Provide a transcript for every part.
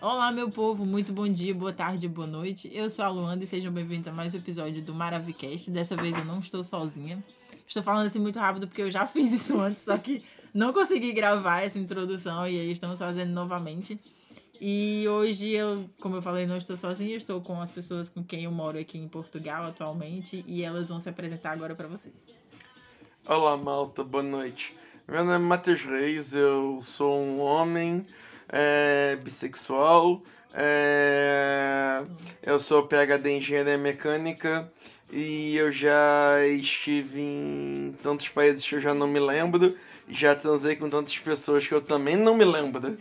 Olá, meu povo, muito bom dia, boa tarde, boa noite. Eu sou a Luanda e sejam bem-vindos a mais um episódio do Maravicast. Dessa vez eu não estou sozinha. Estou falando assim muito rápido porque eu já fiz isso antes, só que não consegui gravar essa introdução e aí estamos fazendo novamente. E hoje eu, como eu falei, não estou sozinha, estou com as pessoas com quem eu moro aqui em Portugal atualmente e elas vão se apresentar agora para vocês. Olá, malta, boa noite. Meu nome é Matheus Reis, eu sou um homem é, bissexual, é, eu sou PhD em engenharia mecânica e eu já estive em tantos países que eu já não me lembro, já transei com tantas pessoas que eu também não me lembro.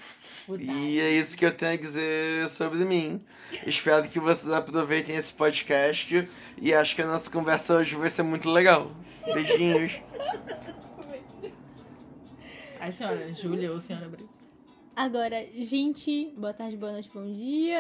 E é isso que eu tenho a dizer sobre mim. Espero que vocês aproveitem esse podcast e acho que a nossa conversa hoje vai ser muito legal. Beijinhos. Ai, senhora Júlia ou senhora Brito? Agora, gente, boa tarde, boa noite, bom dia.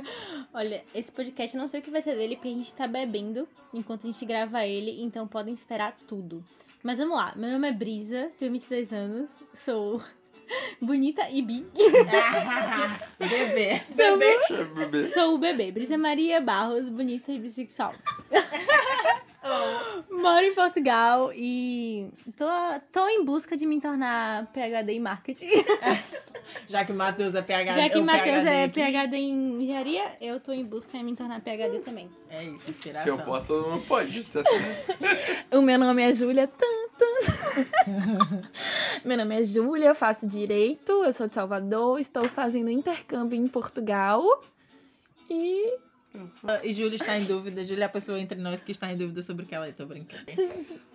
Olha, esse podcast eu não sei o que vai ser dele, porque a gente tá bebendo enquanto a gente grava ele, então podem esperar tudo. Mas vamos lá, meu nome é Brisa, tenho 22 anos, sou bonita e big. Bebê. Bebê. Deixa eu beber. Sou o bebê, Brisa Maria Barros, bonita e bissexual. Moro em Portugal e tô, tô em busca de me tornar PhD em marketing. Já que o Matheus é PHD. Já que é o Matheus é aqui. PhD em engenharia, eu tô em busca de me tornar PhD também. É isso, inspiração. Se eu posso, eu não pode. é Você tem- O meu nome é Júlia. Tum, tum. meu nome é Júlia, eu faço direito, eu sou de Salvador, estou fazendo intercâmbio em Portugal. E E Júlia está em dúvida. Júlia é a pessoa entre nós que está em dúvida sobre o que ela é. Tô brincando.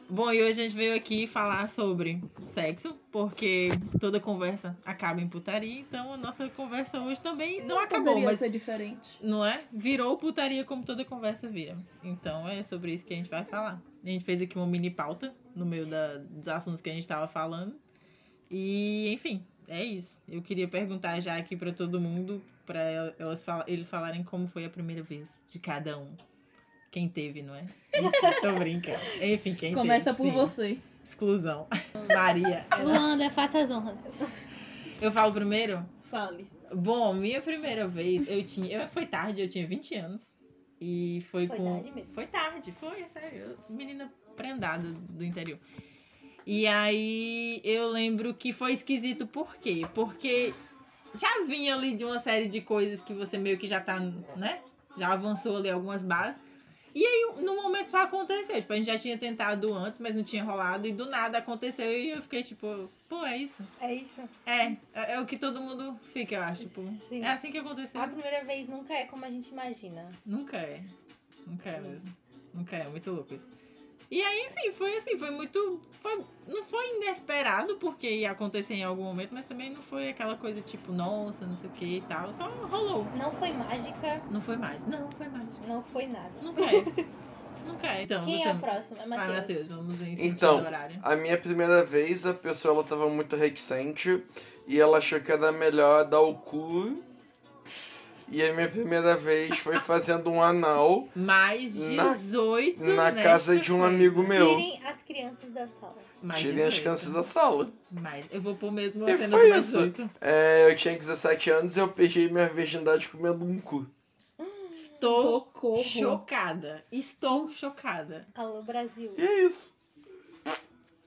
Bom, e hoje a gente veio aqui falar sobre sexo, porque toda conversa acaba em putaria, então a nossa conversa hoje também tá não, acabou, Poderia mas. ser diferente. Não é? Virou putaria como toda conversa vira. Então é sobre isso que a gente vai falar. A gente fez aqui uma mini pauta no meio da- dos assuntos que a gente tava falando. E, enfim, é isso. Eu queria perguntar já aqui pra todo mundo, pra el- elas fala- eles falarem como foi a primeira vez de cada um. Quem teve, não é? Enfim, Tô brincando. Enfim, quem Começa teve. por sim. você. Exclusão. Maria. Luanda, faça as honras. Eu falo primeiro? Fale. Bom, minha primeira vez, eu tinha. eu- foi tarde, eu tinha 20 anos. E foi, Foi com. tarde mesmo. Foi tarde, foi, é sério. eu- Menina prendada do interior. E aí eu lembro que foi esquisito, por quê? Porque já vinha ali de uma série de coisas que você meio que já tá, né? Já avançou ali algumas bases. E aí, no momento só aconteceu. Tipo, a gente já tinha tentado antes, mas não tinha rolado. E do nada aconteceu. E eu fiquei tipo, pô, é isso? É isso. É, é é o que todo mundo fica, eu acho. Tipo, Sim. é assim que aconteceu. A primeira vez nunca é como a gente imagina. Hum. Nunca é. Nunca é mesmo. Nunca é, muito louco isso. E aí, enfim, foi assim, foi muito. Foi, não foi inesperado, porque ia acontecer em algum momento, mas também não foi aquela coisa tipo, nossa, não sei o que e tal. Só rolou. Não foi mágica, Não foi mais. Não, foi mais. não foi nada. Nunca é. Nunca é. Então, Quem você. é o próximo? É Vai, Matheus. Matheus, vamos em sentido Então, horário. A minha primeira vez, a pessoa ela tava muito reticente e ela achou que era melhor dar o cu. E a minha primeira vez foi fazendo um anal Mais na- 18. na nesta casa de um coisa. amigo meu. Tirem as crianças da sala. Mais Tirei as 18. crianças da sala. Mais. Eu vou pôr mesmo a E cena foi do mais isso. 18. É, eu tinha 17 anos e eu perdi minha virgindade comendo um cu. Estou Socorro. chocada. Estou chocada. Alô, Brasil. E é isso.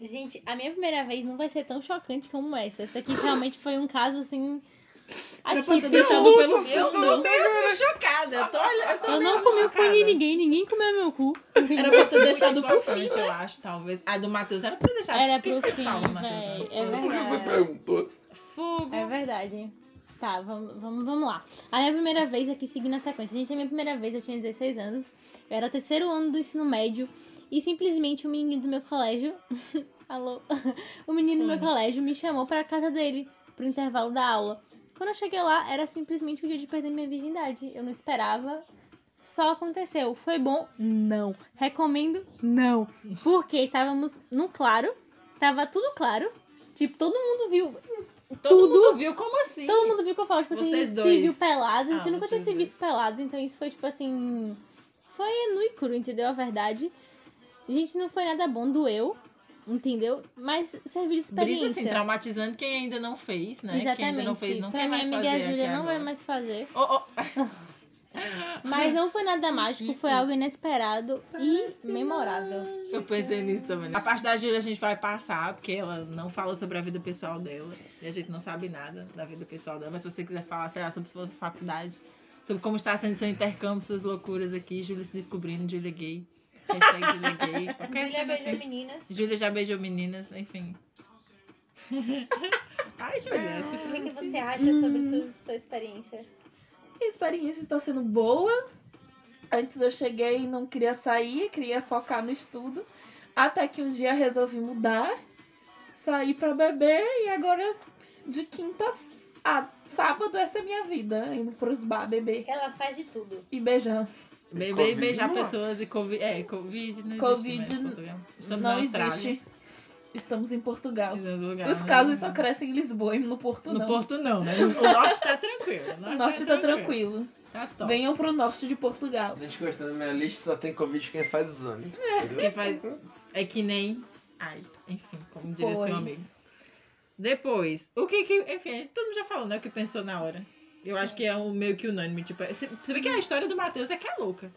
Gente, a minha primeira vez não vai ser tão chocante como essa. Essa aqui realmente foi um caso assim. Era pra ter atípico. deixado pelo fim. Eu tô mesmo chocada. Eu tô olhando. Eu não comi o cu de ninguém, ninguém comeu meu cu. Era pra ter deixado pro fim. importante, eu acho, talvez. A do Matheus era pra ter deixado. Era Por que pro que você fim, fala, Matheus? véi. Essas É coisas? Por que você verdade. perguntou? Fogo. É verdade. Tá, vamos, vamos, vamos lá. A minha primeira vez aqui, seguindo a sequência. Gente, a minha primeira vez eu tinha 16 anos. Eu era terceiro ano do ensino médio. E simplesmente o menino do meu colégio. Alô? O menino do meu colégio me chamou pra casa dele, pro intervalo da aula. Quando eu cheguei lá, era simplesmente o dia de perder minha virgindade. Eu não esperava. Só aconteceu. Foi bom? Não. Recomendo? Não. Porque estávamos no claro. Tava tudo claro. Tipo, todo mundo viu. Todo mundo viu como assim? Todo mundo viu que eu falo, tipo assim, Vocês se dois. viu pelados, a gente Ah, nunca tinha vocês se dois. visto pelados, então isso foi tipo assim. Foi nu e cru, entendeu? A verdade. Gente, não foi nada bom, doeu. entendeu? Mas serviu de Brisa, experiência. assim, traumatizando quem ainda não fez, né? Exatamente. Quem ainda não fez não pra quer minha mais amiga fazer. Júlia aqui não vai agora. mais fazer. Oh, oh. Mas não foi nada mágico, foi algo inesperado e memorável. Eu pensei nisso também. né? A parte da Júlia a gente vai passar, porque ela não fala sobre a vida pessoal dela. E a gente não sabe nada da vida pessoal dela. Mas se você quiser falar, sei lá, sobre sua faculdade, sobre como está sendo seu intercâmbio, suas loucuras aqui, Júlia se descobrindo, Júlia gay. Hashtag Júlia gay. Qualquer Julia coisa assim. beijou meninas. Júlia já beijou meninas, enfim. Ai, Júlia, esse O que, que você acha sobre sua, sua experiência? A experiência está sendo boa. Antes eu cheguei e não queria sair, queria focar no estudo. Até que um dia resolvi mudar, saí pra beber e agora de quinta a sábado essa é a minha vida, indo pros bar beber Ela faz de tudo. e beijando. Beber e Covid beijar não há. pessoas e Covid. É, Covid não Covid existe. mais em Portugal. Estamos não na Austrália. existe. Estamos em Portugal. Estamos em lugar, Os né? casos só crescem em Lisboa e no Porto No não. Porto não, né? O norte tá tranquilo. O o norte tá tranquilo. Tá top. Venham pro norte de Portugal. A gente gostando da minha lista, só tem Covid quem faz exame. Quem faz- É que nem. Ai, enfim, como diria seu Pois. assim, um amigo. Depois, o que que. Enfim, todo mundo já falou, né? O que pensou na hora. Eu acho que é um meio que unânime. Tipo, é- você você vê que a história do Matheus é que é louca.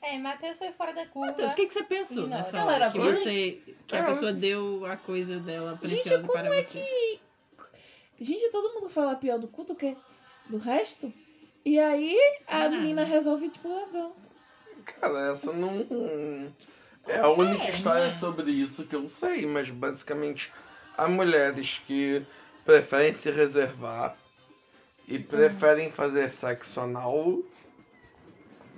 É, Matheus foi fora da curva. Matheus, o que, que você pensou Ignora. nessa Ela hora? era que boa? você. Que a Ah. pessoa deu a coisa dela Gente, preciosa como para é você. Gente, todo mundo fala pior do cu do que do resto. E aí a Ah. menina resolve, tipo, ah, não. Cara, essa não. É a única né? história sobre isso que eu sei, mas basicamente há mulheres que preferem se reservar Hum. e preferem fazer sexo anal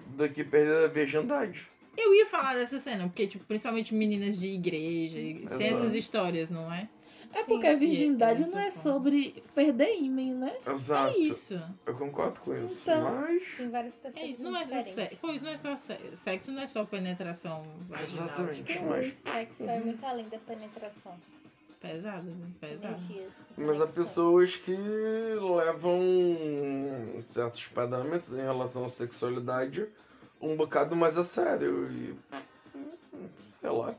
do que perder a virgindade. Eu ia falar dessa cena, porque, tipo, principalmente meninas de igreja, e tem Exato. essas histórias, não é? É Sim, porque a que é virgindade dessa não é forma. sobre perder ímã, né? Exato. É isso. Eu concordo com isso. Então- Mas. Tem várias É pessoas isso. Não é só diferentes. sexo. Pois não é só sexo. Sexo não é só penetração vaginal. Exatamente. Tipo, é Mas, O sexo vai muito além da penetração. tipo, pesado, né? Pesado. Energias. mas há conexões. pessoas que levam certos parâmetros em relação à sexualidade um bocado mais a sério. E. Sei lá.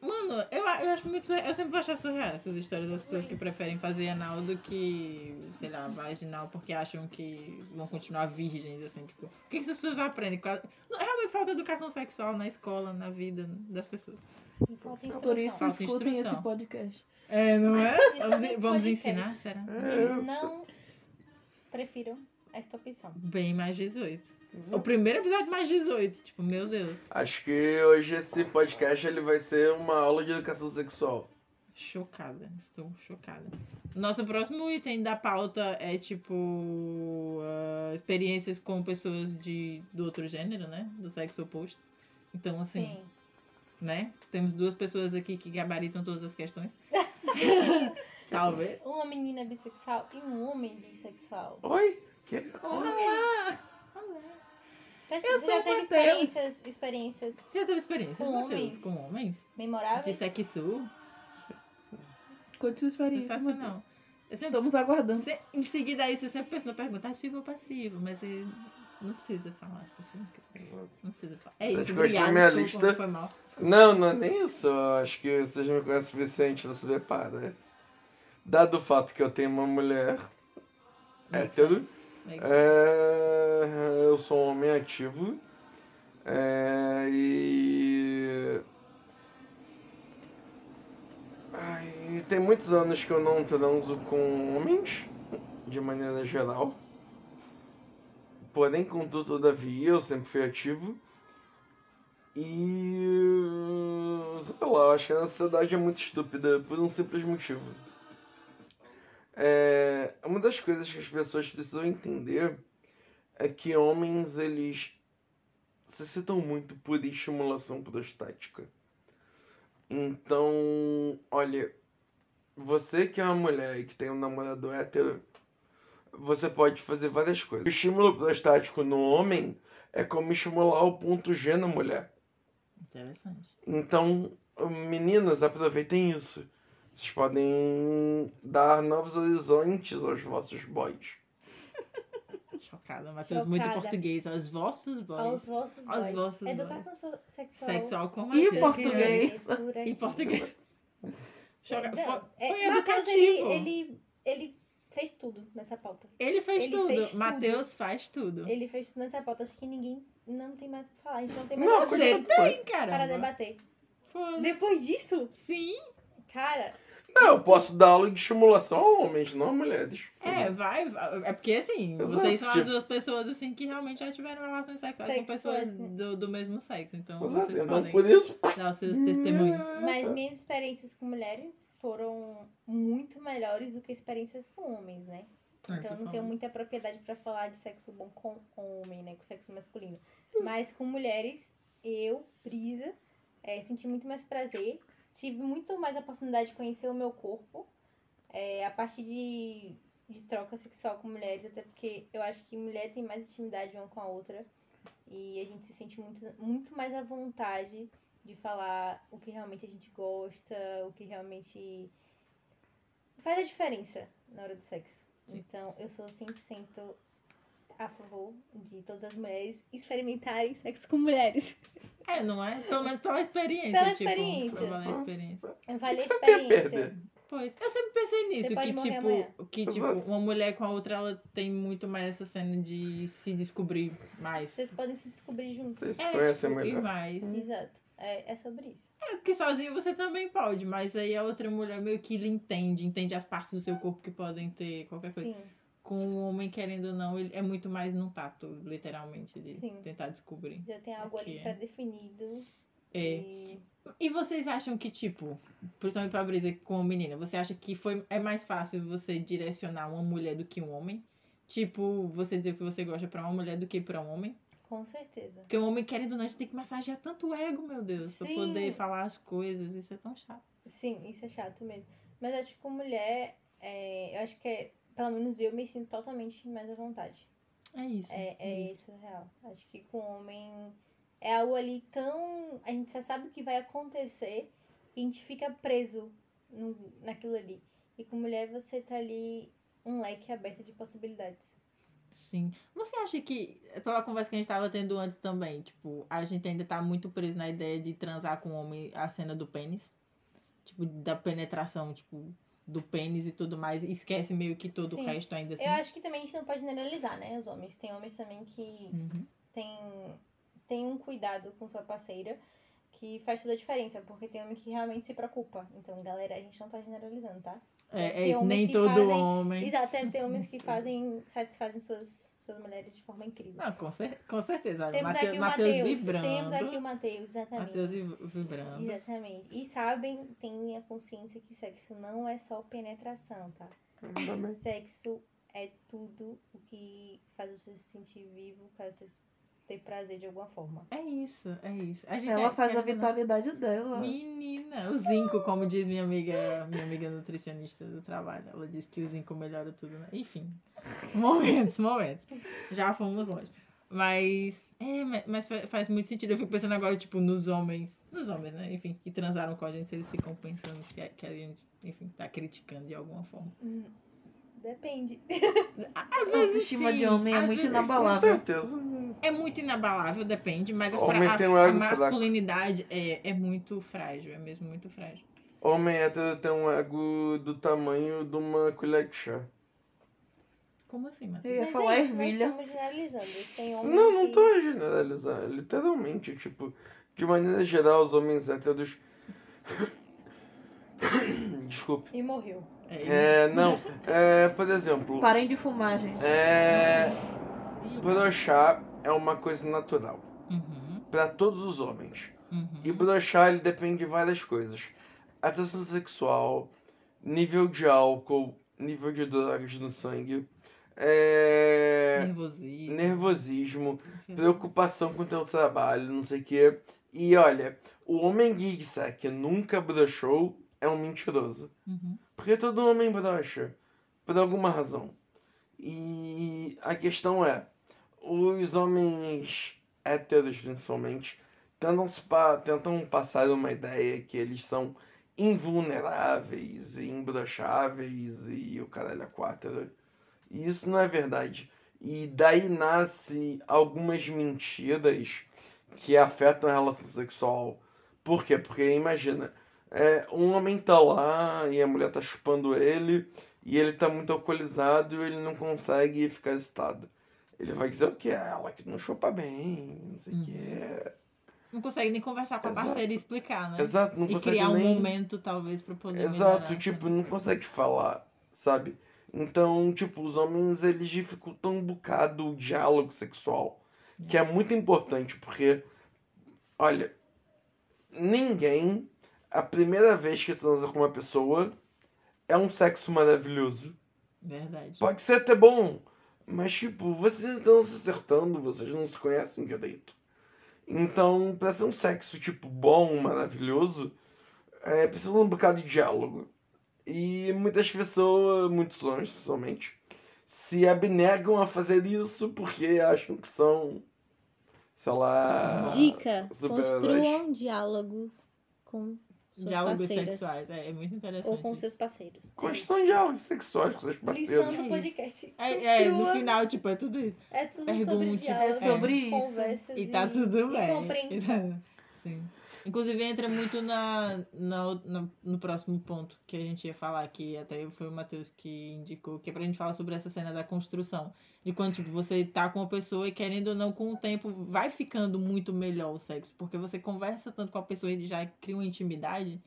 Mano, eu, a- eu acho muito. surreal- Eu sempre vou achar surreal essas histórias das pessoas que preferem fazer anal do que, sei lá, vaginal, porque acham que vão continuar virgens, assim, tipo. O que, que essas pessoas aprendem? Qua- Não, é Realmente falta educação sexual na escola, na vida das pessoas. Sim, falta Por instrução. isso, Falta escutem instrução. esse podcast. É, não é? Isso é Vamos, desse vamos podcast. ensinar, será? É Se não prefiro esta opção. Bem mais 18. O primeiro episódio mais 18. Tipo, meu Deus. Acho que hoje esse podcast ele vai ser uma aula de educação sexual. Chocada, estou chocada. Nosso próximo item da pauta é tipo. ah, experiências com pessoas de, do outro gênero, né? Do sexo oposto. Então, assim, Sim. né? Temos duas pessoas aqui que gabaritam todas as questões. Talvez. Uma menina bissexual e um homem bissexual. Oi? Que? Você acha Eu você sou já o teve Mateus. experiências, experiências Você já teve experiências, Com Matheus? homens. Com homens? memoráveis? De sexo? Conte sua experiência. Sensacional. Matheus. Eu sempre Estamos aguardando. Você- em seguida a isso, eu sempre penso na pergunta ativa ou passiva, mas eh, não precisa falar se você não quiser. Não precisa falar. É Acho isso, que eu estou na obrigada. minha desculpa, lista. Foi mal. Não, não é nem isso. Eu Acho que vocês me conhecem o suficiente pra saber para. Dado o fato que eu tenho uma mulher hétero, É é, eu sou um homem ativo é, e. Ai, tem muitos anos que eu não transo com homens, de maneira geral. Porém, contudo, todavia, eu sempre fui ativo. E. sei lá, eu acho que a nossa sociedade é muito estúpida por um simples motivo. É, uma das coisas que as pessoas precisam entender é que homens eles se excitam muito por estimulação prostática. Então, olha, você que é uma mulher e que tem um namorado hétero, você pode fazer várias coisas. O estímulo prostático no homem é como estimular o ponto G na mulher. Interessante. Então, meninas, aproveitem isso. Vocês podem dar novos horizontes aos vossos boys. Chocada, Matheus, Chocada. muito português. Aos vossos Aos boys. vossos Aos boys. vossos Educação so- sexual. Sexual com E vocês, português. E português. Joga- Não, fo- é, foi Matheus, educativo. Ele, ele, ele fez tudo nessa pauta. Ele fez ele tudo. fez tudo. Matheus faz tudo. Ele fez tudo nessa pauta. Acho que ninguém não tem mais o que falar. A gente não tem mais Não, nada Você coisa tem, para cara. debater. Depois disso, Sim. cara, Não, eu posso dar aula de estimulação a homens, não a mulheres. É, vai, vai. É porque assim, Uhum. Exato, vocês são as tipo- duas pessoas assim que realmente já tiveram relações sexuais com Sexuais, pessoas né? do, do mesmo sexo. Então Exato, vocês então podem por isso. É, dar os seus testemunhos. Mas minhas experiências com mulheres foram muito melhores do que experiências com homens, né? Então eu não tenho muita propriedade pra falar de sexo bom com, com homem, né? Com sexo masculino. Mas com mulheres, eu, Brisa, eh, senti muito mais prazer. Tive muito mais a oportunidade de conhecer o meu corpo. eh, a partir de, de troca sexual com mulheres, até porque eu acho que mulher tem mais intimidade uma com a outra. E a gente se sente muito, muito mais à vontade de falar o que realmente a gente gosta, o que realmente faz a diferença na hora do sexo. Sim. Então, eu sou 100% a favor de todas as mulheres experimentarem sexo com mulheres. É, não é? Pelo menos pela experiência. Pela tipo, experiência. Pela Uhum. experiência. É, Vale a que você tem a experiência. perder? Pois, eu sempre pensei Você nisso, pode que morrer amanhã. tipo, que, tipo, Exato. uma mulher com a outra, ela tem muito mais essa cena de se descobrir mais. Vocês podem se descobrir juntos. Vocês se É, conhecem tipo, e melhor. mais. Exato. É, é sobre isso. É, porque sozinho você também pode, mas aí a outra mulher meio que lhe entende, entende as partes do seu corpo que podem ter Ah, qualquer coisa. Sim. Com o homem, querendo ou não, ele é muito mais num tato, literalmente, de Sim. tentar descobrir. Já tem algo ali Ok. pré-definido. É. E... E vocês acham que, tipo, principalmente pra Brisa com a menina, você acha que foi, é mais fácil você direcionar uma mulher do que um homem? Tipo, você dizer o que você gosta pra uma mulher do que pra um homem? Com certeza. Porque o homem, querendo ou não, a gente tem que massagear tanto o ego, meu Deus, pra Sim. poder falar as coisas. Isso é tão chato. Sim, isso é chato mesmo. Mas acho que com mulher, é, eu acho que é, pelo menos eu me sinto totalmente mais à vontade. É isso. É, é isso, real. Acho que com homem é algo ali tão. A gente já sabe o que vai acontecer e a gente fica preso no- naquilo ali. E com mulher você tá ali um leque aberto de possibilidades. Sim. Você acha que, pela conversa que a gente tava tendo antes também, tipo, a gente ainda tá muito preso na ideia de transar com o homem a cena do pênis? Tipo, da penetração, tipo, do pênis e tudo mais. e Esquece meio que todo Sim. o resto ainda assim. Eu acho que também a gente não pode generalizar, né? Os homens. Tem homens também que Uhum. tem, tem um cuidado com sua parceira que faz toda a diferença, porque tem homem que realmente se preocupa. Então, galera, a gente não tá generalizando, tá? Tem É, é, homens nem que todo fazem- homem. Exato, tem- tem homens que fazem, satisfazem suas, suas mulheres de forma incrível. Não, com, cer com certeza. Olha, Temos Mate- aqui o Mateus Matheus. Temos aqui o vibrando. Matheus, exatamente. Matheus vi- vibrando. Exatamente. E sabem, tenha consciência que sexo não é só penetração, tá? Também. Sexo é tudo o que faz você se sentir vivo, faz você se- ter prazer de alguma forma. É isso, é isso. A gente Ela é- faz a querendo ou não- vitalidade dela. Menina, o zinco, como diz minha amiga, minha amiga nutricionista do trabalho, ela diz que o zinco melhora tudo, né? Enfim, momentos, momentos. Já fomos longe. Mas, é, ma- mas fa- faz muito sentido. Eu fico pensando agora, tipo, nos homens, nos homens, né? Enfim, que transaram com a gente, se eles ficam pensando que, a- que a gente, enfim, tá criticando de alguma forma. Hum, Depende. Às A autoestima sim, de homem é às muito vezes- Com inabalável. certeza. É muito inabalável, depende, mas a, Homem fra- a- tem um a ego fraco. masculinidade é, é muito frágil, é mesmo muito frágil. Homem hétero tem um ego do tamanho de uma colher de chá. Como assim, Matheus? Eu ia Mas falar é isso, nós ervilha. estamos generalizando. Tem homens Não, não que- tô generalizando. Literalmente, tipo, de maneira geral, os homens héteros. Desculpe. E morreu. É, não. É, por exemplo. Parem de fumar, gente. É. isso. Broxar é uma coisa natural. Uhum, Pra todos os homens. uhum. E broxar, ele depende de várias coisas. Atração sexual, nível de álcool, nível de drogas no sangue, é, Nervosismo. nervosismo, ansiedade. preocupação com o teu trabalho, não sei o quê. E olha, o homem guisa que nunca broxou é um mentiroso. Uhum. Porque todo homem brocha, por alguma razão. E a questão é, os homens héteros principalmente tentam, se pa- tentam passar uma ideia que eles são invulneráveis e imbrocháveis e o caralho a quatro. E isso não é verdade. E daí nasce algumas mentiras que afetam a relação sexual. Por quê? Porque imagina, é, um homem tá lá e a mulher tá chupando ele e ele tá muito alcoolizado e ele não consegue ficar excitado. Ele vai dizer o que? Ela que não chupa bem, não sei o Uhum. que. Não consegue nem conversar com a Exato. parceira e explicar, né? Exato, não E consegue criar um nem... momento, talvez, pra poder Exato, melhorar. tipo, não consegue falar, sabe? Então, tipo, os homens, eles dificultam um bocado o diálogo sexual, que é muito importante, porque, olha, ninguém, a primeira vez que transa com uma pessoa, é um sexo maravilhoso. Verdade. Pode ser até bom, mas, tipo, vocês estão se acertando, vocês não se conhecem direito. Então, pra ser um sexo, tipo, bom, maravilhoso, é precisa de um bocado de diálogo. E muitas pessoas, muitos homens principalmente, se abnegam a fazer isso porque acham que são, sei lá. Dica: super-heróis. construam diálogos com suas Diálogos parceiras. sexuais. É, é muito interessante. Ou com seus parceiros. Construam diálogos sexuais com seus É Lição parceiros. do podcast. É, é, no Construa. final, tipo, é tudo isso. É tudo sobre Pergunte, diálogos, é sobre isso. conversas E tá tudo e bem. compreensão. E tá- Sim. Inclusive entra muito na, na, o- na- no próximo ponto que a gente ia falar, que até foi o Matheus que indicou, que é pra gente falar sobre essa cena da construção. De quando, tipo, você tá com uma pessoa e querendo ou não, com o tempo, vai ficando muito melhor o sexo. Porque você conversa tanto com a pessoa e já cria uma intimidade.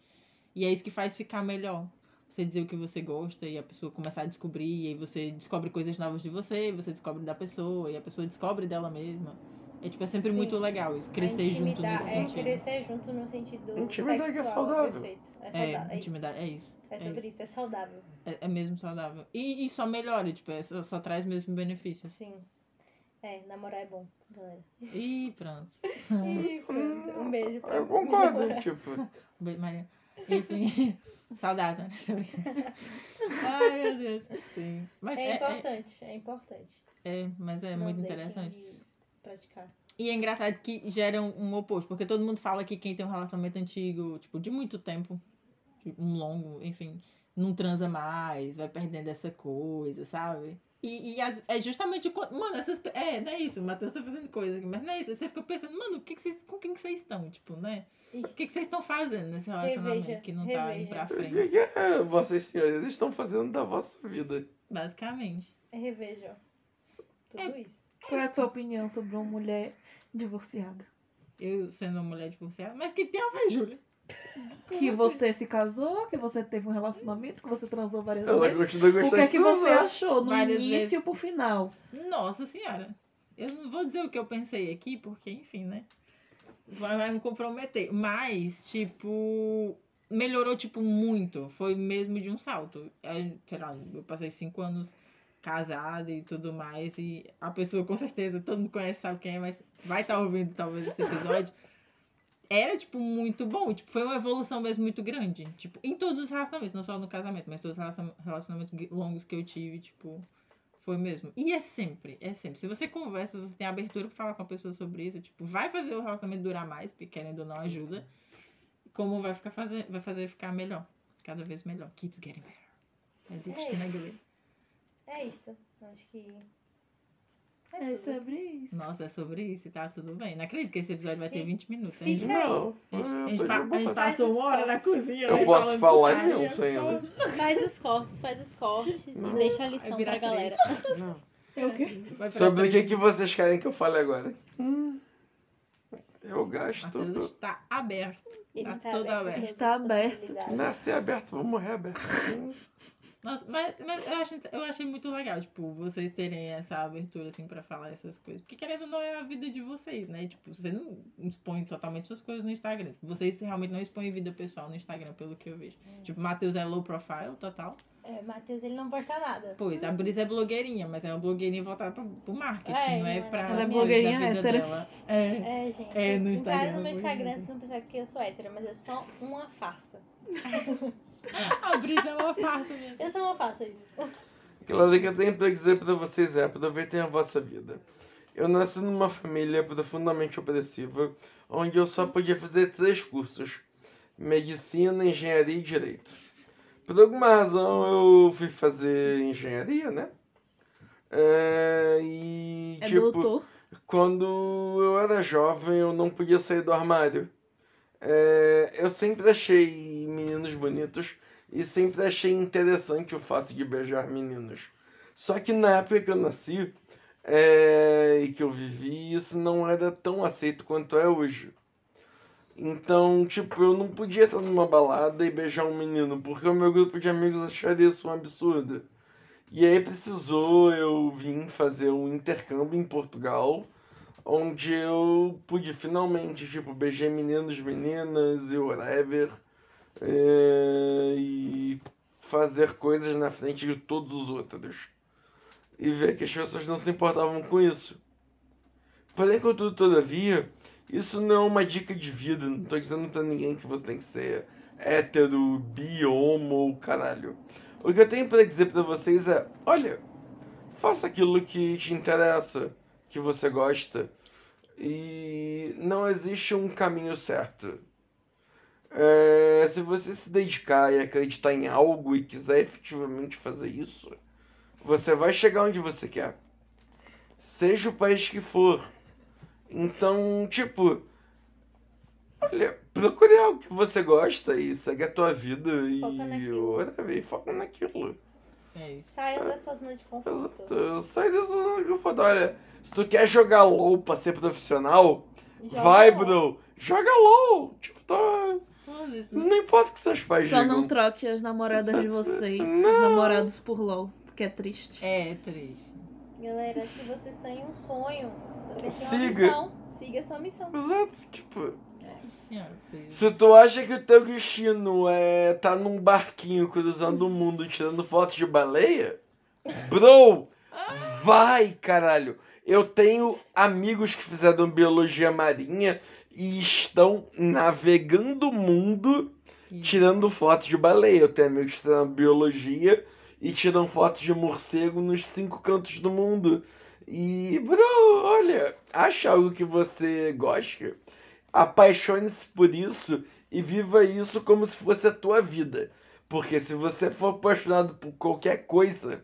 E é isso que faz ficar melhor. Você dizer o que você gosta e a pessoa começar a descobrir, e aí você descobre coisas novas de você, você descobre da pessoa, e a pessoa descobre dela mesma. É tipo, é sempre Sim. muito legal isso, crescer junto Intimidar- nesse é, sentido. crescer junto no sentido Intimidar que é sexual, saudável. Perfeito. É É, saudável. É, intimidar, é isso. Isso. É é, sobre isso. isso, é saudável. É- é mesmo saudável. E, e só melhora, tipo, é só, só traz mesmo benefícios. Sim. É, namorar é bom, galera. Ih, pronto. E pronto, um beijo pra Hum, Eu concordo, tipo. Beijo, Maria. Enfim, saudades, né? Tô brincando. Ai, meu Deus. Sim. Mas é, É é, importante, é importante. é, mas é Não muito deixem interessante. de Praticar. E é engraçado que gera um, um oposto, porque todo mundo fala que quem tem um relacionamento antigo, tipo, de muito tempo, tipo, um longo, enfim, não transa mais, vai perdendo essa coisa, sabe? E, e as- é justamente o. co- Mano, essas. pe- É, não é isso, o Matheus tá fazendo coisa aqui, mas não é isso. Você fica pensando, mano, o que que vocês, com quem que vocês estão, tipo, né? O Isso. que que vocês estão fazendo nesse relacionamento Reveja, que não tá indo reveja. pra O que frente? que é, vocês senhores estão fazendo da vossa vida? Basicamente. Revejam. Tudo isso. Qual é a sua opinião sobre uma mulher divorciada? Eu sendo uma mulher divorciada, mas que tem a ver, Júlia. Que você se casou, que você teve um relacionamento, que você transou várias Ela vezes. continua O gostando que é que de você transar. achou no Várias início pro final? Nossa senhora. Eu não vou dizer o que eu pensei aqui, porque, enfim, né? Vai, vai me comprometer. Mas, tipo, melhorou, tipo, muito. Foi mesmo de um salto. É, sei lá, eu passei cinco anos casada e tudo mais. E a pessoa, com certeza, todo mundo conhece, sabe quem é, mas vai estar ouvindo talvez esse episódio. Era, tipo, muito bom. Tipo, foi uma evolução mesmo muito grande. Tipo, em todos os relacionamentos, não só no casamento, mas todos os relacion- relacionamentos gui- longos que eu tive, tipo. Foi mesmo. E é sempre, é sempre. Se você conversa, se você tem abertura pra falar com a pessoa sobre isso, tipo, vai fazer o relacionamento durar mais, porque querendo ou não ajuda. Como vai ficar fazer, vai fazer ficar melhor. Cada vez melhor. Keeps getting better. As if É Christina Aguilera. É isto. Acho que. É, É Tá tudo. sobre isso. Nossa, é sobre isso e tá tudo bem. Não acredito que esse episódio vai ter Fica- 20 minutos. A fica gente, aí. Não, É, a gente- a Ah, eu gente tô pa- de a gente boa. passou uma hora na cozinha. Eu né, falando posso falar putaria. em Ilson ainda. Faz os cortes, faz os cortes Não. e deixa a lição virar pra galera. Não. Eu quero. Vai virar Sobre o três. que, que vocês querem que eu fale agora? Hum. Eu gasto. Matheus está aberto. Tá tudo aberto a aberto. todas as Está aberto. possibilidades. Nascer aberto, vou morrer aberto. Nossa, mas, mas eu, acho, eu achei muito legal, tipo, vocês terem essa abertura, assim, pra falar essas coisas. Porque querendo ou não é a vida de vocês, né? Tipo, você não expõe totalmente suas coisas no Instagram. Tipo, Vocês realmente não expõem vida pessoal no Instagram, pelo que eu vejo. Tipo, Matheus é low profile, total. É, Matheus, ele não posta nada. Pois, a Brisa é blogueirinha, mas é uma blogueirinha voltada pra, pro marketing, É, não é não é pra as nada. Ela é coisas da blogueirinha vida hétero. dela. É. É, gente. É, vocês no entrarem Instagram, no meu pois é. Instagram, vocês vão pensar que eu sou hétera, mas é só uma farsa. A Brisa é uma farsa, né? Eu sou uma farsa, isso. Claro que eu tenho pra dizer pra vocês é aproveitem a vossa vida. Eu nasci numa família profundamente opressiva, onde eu só podia fazer três cursos: medicina, engenharia e direito. Por alguma razão eu fui fazer engenharia, né? É, e É tipo, doutor. quando eu era jovem eu não podia sair do armário. É, eu sempre achei me meninos bonitos e sempre achei interessante o fato de beijar meninos. Só que na época que eu nasci é, e que eu vivi, isso não era tão aceito quanto é hoje. Então, tipo, eu não podia estar numa balada e beijar um menino, porque o meu grupo de amigos acharia isso um absurdo. E aí precisou eu vim fazer um intercâmbio em Portugal, onde eu pude finalmente, tipo, beijar meninos, meninas e whatever. É, e fazer coisas na frente de todos os outros. E ver que as pessoas não se importavam com isso. Porém, contudo, todavia, isso não é uma dica de vida. Não tô dizendo pra ninguém que você tem que ser hétero, bi, homo, caralho. O que eu tenho para dizer para vocês é: olha, faça aquilo que te interessa, que você gosta. E não existe um caminho certo. É, se você se dedicar e acreditar em algo e quiser efetivamente fazer isso, você vai chegar onde você quer. Seja o país que for. Então, tipo, olha, procure algo que você gosta e segue a tua vida Foca e, naquilo. whatever, e foca naquilo. É isso. Saiam da sua zona de conforto. Exato. Sai dessa zona de conforto. Olha, se tu quer jogar LOL pra ser profissional, Joga vai, lá. bro. Joga LOL. Tipo, tá... Não importa o que seus pais Só digam. não troque as namoradas de vocês, Não. os namorados por LOL, porque é triste. É, triste. Galera, se vocês têm um sonho, vocês têm uma Siga. missão. Siga a sua missão. É, Exato, tipo... Senhora, vocês. Se tu acha que o teu destino é tá num barquinho cruzando o mundo tirando fotos de baleia, bro, vai, caralho. Eu tenho amigos que fizeram biologia marinha e estão navegando o mundo tirando fotos de baleia. Eu tenho amigos que fizeram biologia e tiram fotos de morcego nos cinco cantos do mundo. E, bro, olha, acha algo que você goste apaixone-se por isso e viva isso como se fosse a tua vida. Porque se você for apaixonado por qualquer coisa,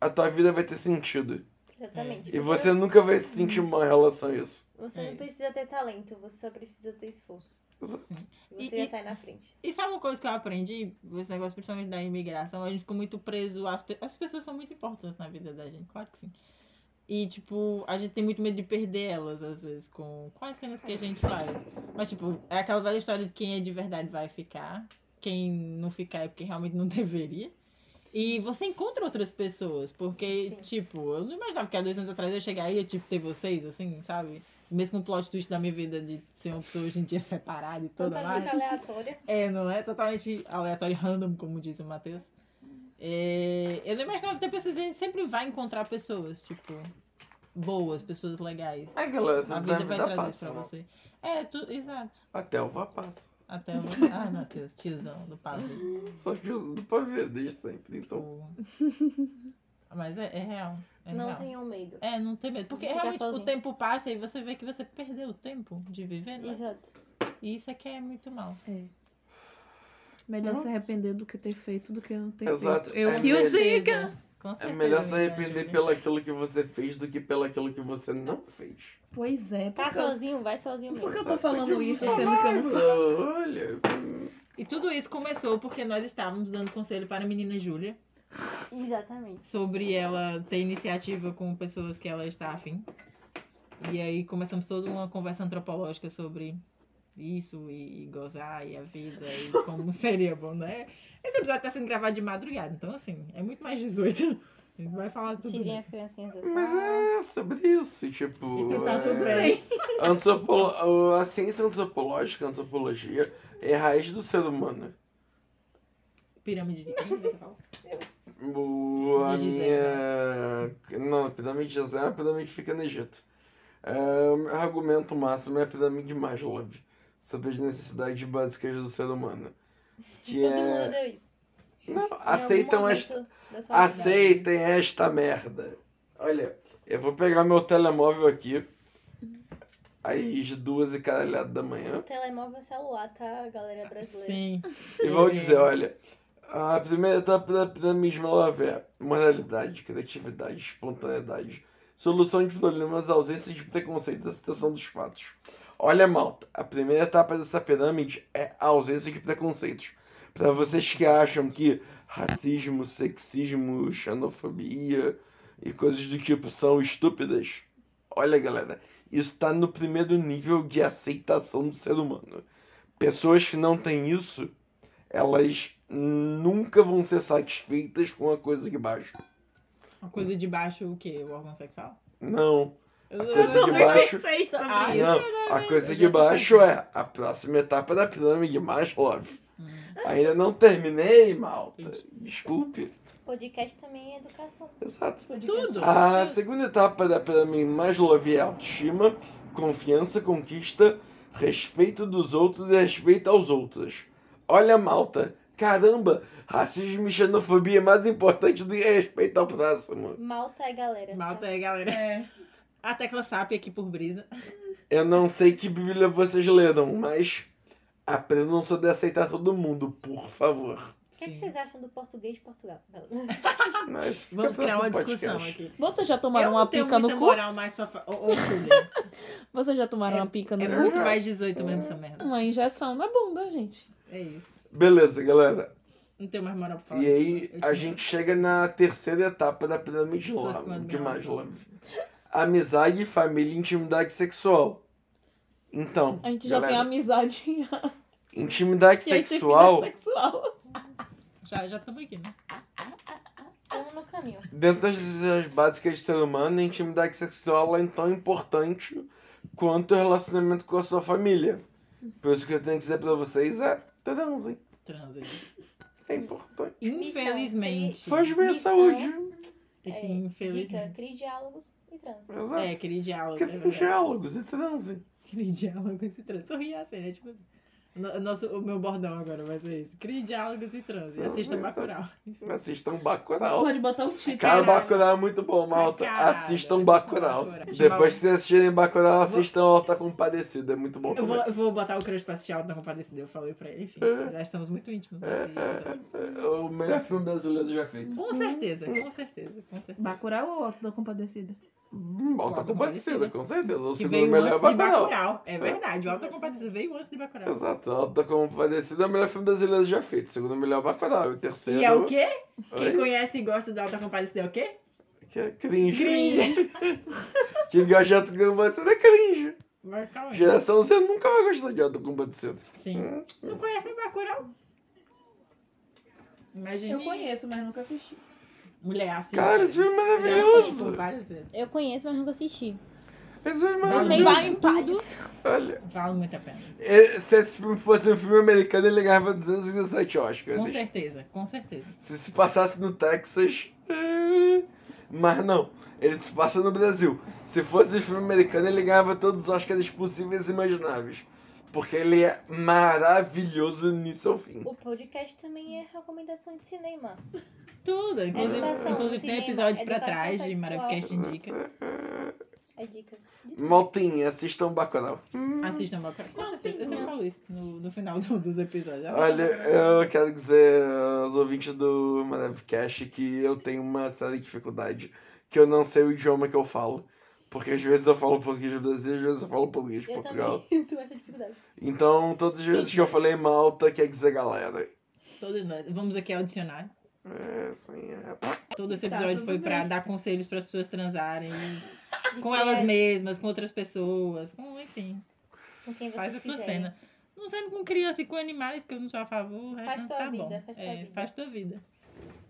a tua vida vai ter sentido. Exatamente. E você nunca vai se sentir mal em relação a isso. Você É não isso. precisa ter talento, você só precisa ter esforço. E- Você já e- sai na frente. E sabe uma coisa que eu aprendi? Esse negócio, principalmente da imigração, a gente ficou muito preso. Às pe... As pessoas são muito importantes na vida da gente, claro que sim. E, tipo, a gente tem muito medo de perder elas, às vezes, com quais cenas que a gente faz. Mas, tipo, é aquela velha história de quem é de verdade vai ficar, quem não ficar é porque realmente não deveria. E você encontra outras pessoas, porque, Sim. tipo, eu não imaginava que há dois anos atrás eu chegaria, tipo, ter vocês, assim, sabe? Mesmo com o plot twist da minha vida de ser uma pessoa hoje em dia separada e tudo mais. Totalmente Então, aleatória. É, não é totalmente aleatório e random, como diz o Matheus. É, eu não imaginava ter pessoas, a gente sempre vai encontrar pessoas, tipo, boas, pessoas legais. É, galera, A tudo na vida vai trazer vida isso passa. pra mano. você. É, tu, exato. Até o vá passa. Até eu vou... Ai, Matheus, tiozão do pavê. Só que isso do pavê, desde sempre. Então, Mas é, é real. É Não real. tenham medo. É, não tem medo. Porque Ficar realmente sozinho. o tempo passa e você vê que você perdeu o tempo de viver, né? Exato. E isso é que é muito mal. É. Melhor se arrepender do que ter feito do que não ter Exato. feito. Eu É que o mesmo. diga! Com é certeza, tá melhor se né, arrepender Júlia? pelo aquilo que você fez do que pelo aquilo que você não fez. Pois é, Tá porque, eu- sozinho, vai sozinho por que mesmo. eu tô falando isso Ah, sendo que eu não faço? Olha, E tudo isso começou porque nós estávamos dando conselho para a menina Júlia Exatamente. sobre ela ter iniciativa com pessoas que ela está afim. E aí começamos toda uma conversa antropológica sobre isso e, e gozar e a vida e como seria bom, né? Esse episódio está sendo gravado de madrugada, então assim, é muito mais 18. A gente vai falar tudo Tirem as isso. criancinhas da Mas sala. é sobre isso, tipo. E tá tudo é, bem. antropolo- A ciência antropológica, a antropologia, é a raiz do ser humano. Pirâmide de quem você falou? O, a De Gizé, né? minha. Não, a pirâmide de Gizé é a pirâmide que fica no Egito. É, o meu argumento máximo é a pirâmide de Maslow sobre as necessidades básicas do ser humano. Que Todo mundo é. deu isso. Não, Em algum é aceitam momento esta. da sua vida. Aceitem esta merda. Olha, eu vou pegar meu telemóvel aqui. Às duas e caralhada da manhã. O telemóvel é celular, tá, galera brasileira? Sim. E vou É. dizer, olha, a primeira etapa da pirâmide Maslow é moralidade, criatividade, espontaneidade, solução de problemas, ausência de preconceito da situação dos fatos. Olha, malta, a primeira etapa dessa pirâmide é a ausência de preconceitos. Para vocês que acham que racismo, sexismo, xenofobia e coisas do tipo são estúpidas, olha, galera, isso está no primeiro nível de aceitação do ser humano. Pessoas que não têm isso, elas nunca vão ser satisfeitas com a coisa de baixo. Uma coisa de baixo, o quê? O órgão sexual? Não. Eu, A coisa de nem baixo. pensei sobre Ah, isso. Não, a Eu já coisa de assim. sei. baixo é a próxima etapa da pirâmide mais love. Ainda não terminei, malta. Hum. Entendi. Desculpe. Podcast também é educação. Exato. Tudo. A segunda etapa da pirâmide Maslow é autoestima, confiança, conquista, respeito dos outros e respeito aos outros. Olha, malta, caramba, racismo e xenofobia é mais importante do que respeito ao próximo. Malta é galera. Malta é, galera. É. A tecla SAP aqui por brisa. Eu não sei que bíblia vocês leram, mas aprendam sobre aceitar todo mundo, por favor. O que, é que Sim. vocês acham do português de Portugal? Mas fica Vamos pra criar esse uma discussão podcast. aqui. Vocês já eu tomaram não uma tenho pica no muita cu? moral mais pra... fa- Ô, ô Julia, Vocês já tomaram uma pica no é cu? muito mais 18 mesmo essa merda. Uma injeção na bunda, gente. É isso. Beleza, galera. Não tenho mais moral pra falar E disso. aí Eu a te- gente chega na terceira etapa da pirâmide de Pessoas Love, quando de me Maslow. amam. Amizade, família e intimidade sexual. Então, A gente já galera, tem amizade e intimidade aí tem vida sexual sexual. Já já estamos aqui, né? Estamos no caminho. Dentro das necessidades básicas do ser humano, a intimidade sexual é tão importante quanto o relacionamento com a sua família. Por isso que eu tenho que dizer pra vocês é transem. Trans aí. É importante. Infelizmente. Faz bem à Missão. saúde. É que É, Dica, infelizmente. crie diálogos e transa. Exato. É, aquele diálogo. Porque é tem verdade. diálogos e transe. Aquele diálogo e trans. Sorria assim, né? Tipo. no- Nosso, o meu bordão agora vai ser isso. Crie diálogos e trans. E Não, assista mas- Bacurau. Assistam Bacurau. Pode botar o título. Cara, Uhum. caralho. Bacurau é muito bom, malta. Caralho, assistam assistam Bacurau. Bacurau. Depois que vocês assistirem Bacurau, assistam Alta Compadecida. É muito bom Eu vou, também. eu vou botar o crush pra assistir Alta Compadecida. Eu falei pra ele, enfim. Já estamos muito íntimos nesse episódio. É o melhor filme brasileiro já feito. Hum, Com certeza, com certeza, com certeza. Bacurau ou Auto da Compadecida? Alta tá Compadecida, com certeza. O Que segundo veio melhor é antes de Bacurau. Bacurau. É verdade, o Alta Compadecida veio antes de Bacurau. Exato, Alta Compadecida é o melhor filme brasileiro já feito. O segundo melhor é Bacurau. E o terceiro. E é o quê? Quem Oi? conhece e gosta da Alta Compadecida é o quê? Que é cringe. Cringe. Quem gosta de Alta Compadecida é cringe. Bacurau. é. Geração Z nunca vai gostar de Alta Compadecida. Sim. Não conhece nem Bacurau? Imagine. Eu conheço, mas nunca assisti. Mulher assim. Cara, esse filme é Eu assisti por maravilhoso. várias vezes. Eu conheço, mas nunca assisti. Esse filme é Não maravilhoso. sei. Vai em paz. Olha. Vale muito a pena. E- Se esse filme fosse um filme americano, ele ganhava 257 Oscars. Com certeza, com certeza. Se se passasse no Texas. eh, Mas não, ele se passa no Brasil. Se fosse um filme americano, ele ganhava todos os Oscars possíveis e imagináveis. Porque ele é maravilhoso do início ao fim. O podcast também é recomendação de cinema. Tudo. Inclusive, Educação, inclusive cinema, tem episódios pra educação trás de sexual. Maravilcast Uhum. Indica. É dicas. Maltinha, um assistam Bacurau. Assistam Bacurau. Com certeza. Eu sempre falo isso no, no final do- dos episódios. Olha, eu quero dizer aos ouvintes do Manavcast que eu tenho uma séria dificuldade. Que eu não sei o idioma que eu falo. Porque às vezes eu falo português do Brasil, às vezes eu falo português de Eu Portugal. também tenho essa dificuldade. Então, todas as vezes que eu falei malta, quer dizer galera. Todos nós. Vamos aqui ao dicionário. É, assim, é. Todo esse Tá, episódio tudo foi pra bem. dar conselhos pras pessoas transarem. De Com quem elas é- mesmas, com outras pessoas, com, enfim. Com quem Faz vocês a tua quiserem. cena. Não sendo com criança e com animais, que eu não sou a favor, o resto Faz não tua tá vida, bom. faz tua é, vida. faz tua vida.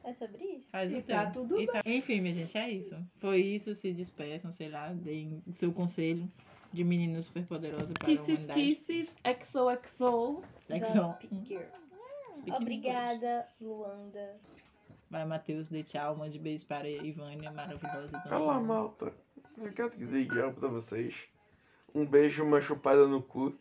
É sobre isso? Faz E o teu. tá tudo E tá- Enfim, minha gente, é isso. Foi isso, se despeçam, sei lá, deem o seu conselho de menina superpoderosa para a Kisses, humanidade. kisses, XOXO. Lexão. Speaker. Speaking English. Obrigada, Luanda. Vai, Matheus, dê tchau, mande beijo para a Ivânia, maravilhosa. dona Olá, Ivânia. malta. Eu quero dizer tchau pra vocês. Um beijo, uma chupada no cu.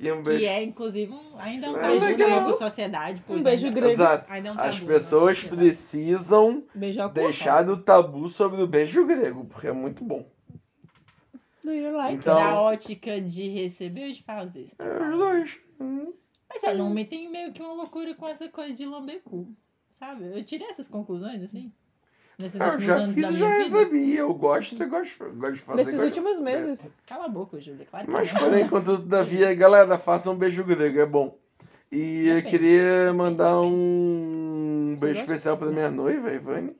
E um Que beijo. é, inclusive, um- ainda é um É tabu legal. na nossa sociedade. Pois Um beijo ainda- grego. Exato. Ainda é um As tabu É na pessoas nossa sociedade. precisam Beijar o cu. deixar o tabu sobre o beijo grego, porque é muito bom. Do you like? Da Então, ótica de receber ou de fazer. é os dois. Mas olha, o homem tem meio que uma loucura com essa coisa de lamber cu, sabe? Eu tirei essas conclusões, assim. Nesses Eu últimos já anos fiz da e já minha vida. recebi. Eu gosto, eu gosto, eu gosto de fazer. É, Nesses gosto- últimos meses. Cala a boca, Júlia. Claro que Mas não. porém, contudo, todavia, galera, façam um beijo grego, é bom. E eu Depende. queria mandar um Você beijo gosta? especial pra minha noiva, Ivane,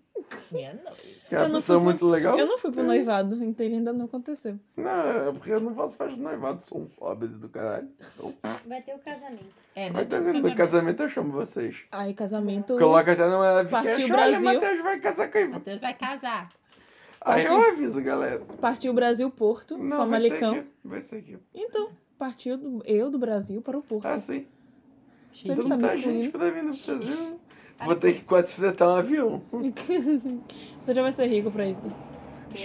Minha noite. que é uma Eu não pessoa fui- muito legal. Eu não fui pro noivado, então ele ainda não aconteceu. Não, é porque eu não faço festa de noivado, sou um pobre do caralho. Então, Vai ter o casamento. É, mas nós tá vamos vendo, no casar. casamento eu chamo vocês. Aí, casamento. Coloca até na Partiu maravilha. é, Olha, Brasil. Matheus vai casar com a Ivane. Matheus vai casar. Aí eu aviso, galera. Partiu Brasil-Porto, Não, Famalicão. vai ser aqui. Vai ser aqui. Então, partiu do- eu do Brasil para o Porto. Ah, sim. Você Tem tá me muita Então gente excluindo. pra vir no Brasil. Vou ter que quase fretar um avião. Você já vai ser rico pra isso.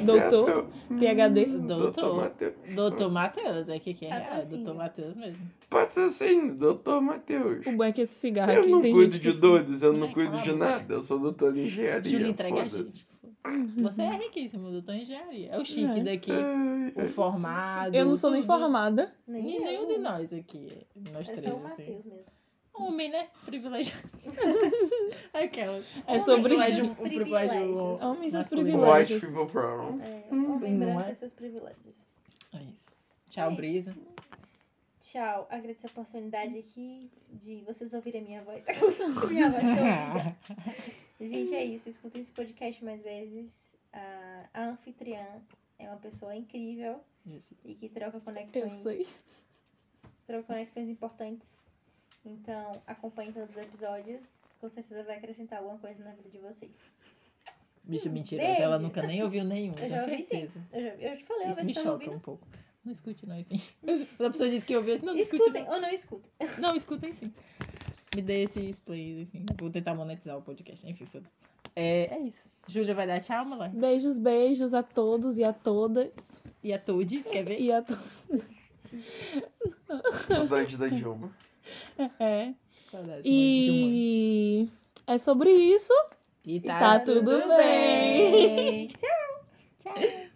Doutor, PhD. Doutor. Hum, Matheus. Doutor Matheus, é que que é real, é Patrocínio. doutor Matheus mesmo. Pode ser assim, doutor Matheus. O bom é que esse cigarro Eu aqui não tem cuido gente de que- dores, eu não Ai, cuido de calma. nada. Eu sou doutor em Júlia, engenharia. entrega a Foda-se. gente. Você é riquíssimo, doutor em engenharia. É o chique É. daqui, Ai, É. o formado. Eu não sou nem tudo. formada. Nem Nem é eu. nenhum de nós aqui. Nós Esse três, é o assim. Matheus mesmo. Homem, né? Privilegiado. Aquela. É sobre privilégio- isso. o privilégio. Privilégios. Homem e seus masculino. ai. privilégios. White people problems. É, homem não branco é? e seus privilégios. É isso. Tchau, É isso. Brisa. Tchau. Agradeço a oportunidade aqui de vocês ouvirem a minha voz. minha voz é ouvida. Gente, é isso. Escutem esse podcast mais vezes. A, a anfitriã é uma pessoa incrível Isso. e que troca Eu conexões. sei. Troca conexões importantes. Então, acompanhem todos os episódios. Com certeza vai acrescentar alguma coisa na vida de vocês. Bicha mentirosa, beijo. ela nunca nem ouviu nenhum, Eu tenho já ouvi sim. certeza. Eu já eu te falei, Isso mas me tá choca ouvindo. um pouco. Não escute não, enfim. A pessoa disse que ouviu, eu disse, não, não escute Escutem não. ou não escutem. Não, escutem sim. Me dê esses plays, enfim. Vou tentar monetizar o podcast, enfim, foda é, é isso. Júlia vai dar tchau, mulher. Beijos, beijos a todos e a todas. E a Todes, quer ver? E a todos. Saudade da Dilma. É. Saudades, mãe, né? de mãe. E é sobre isso. E tá tá tudo bem. Bem, Tchau.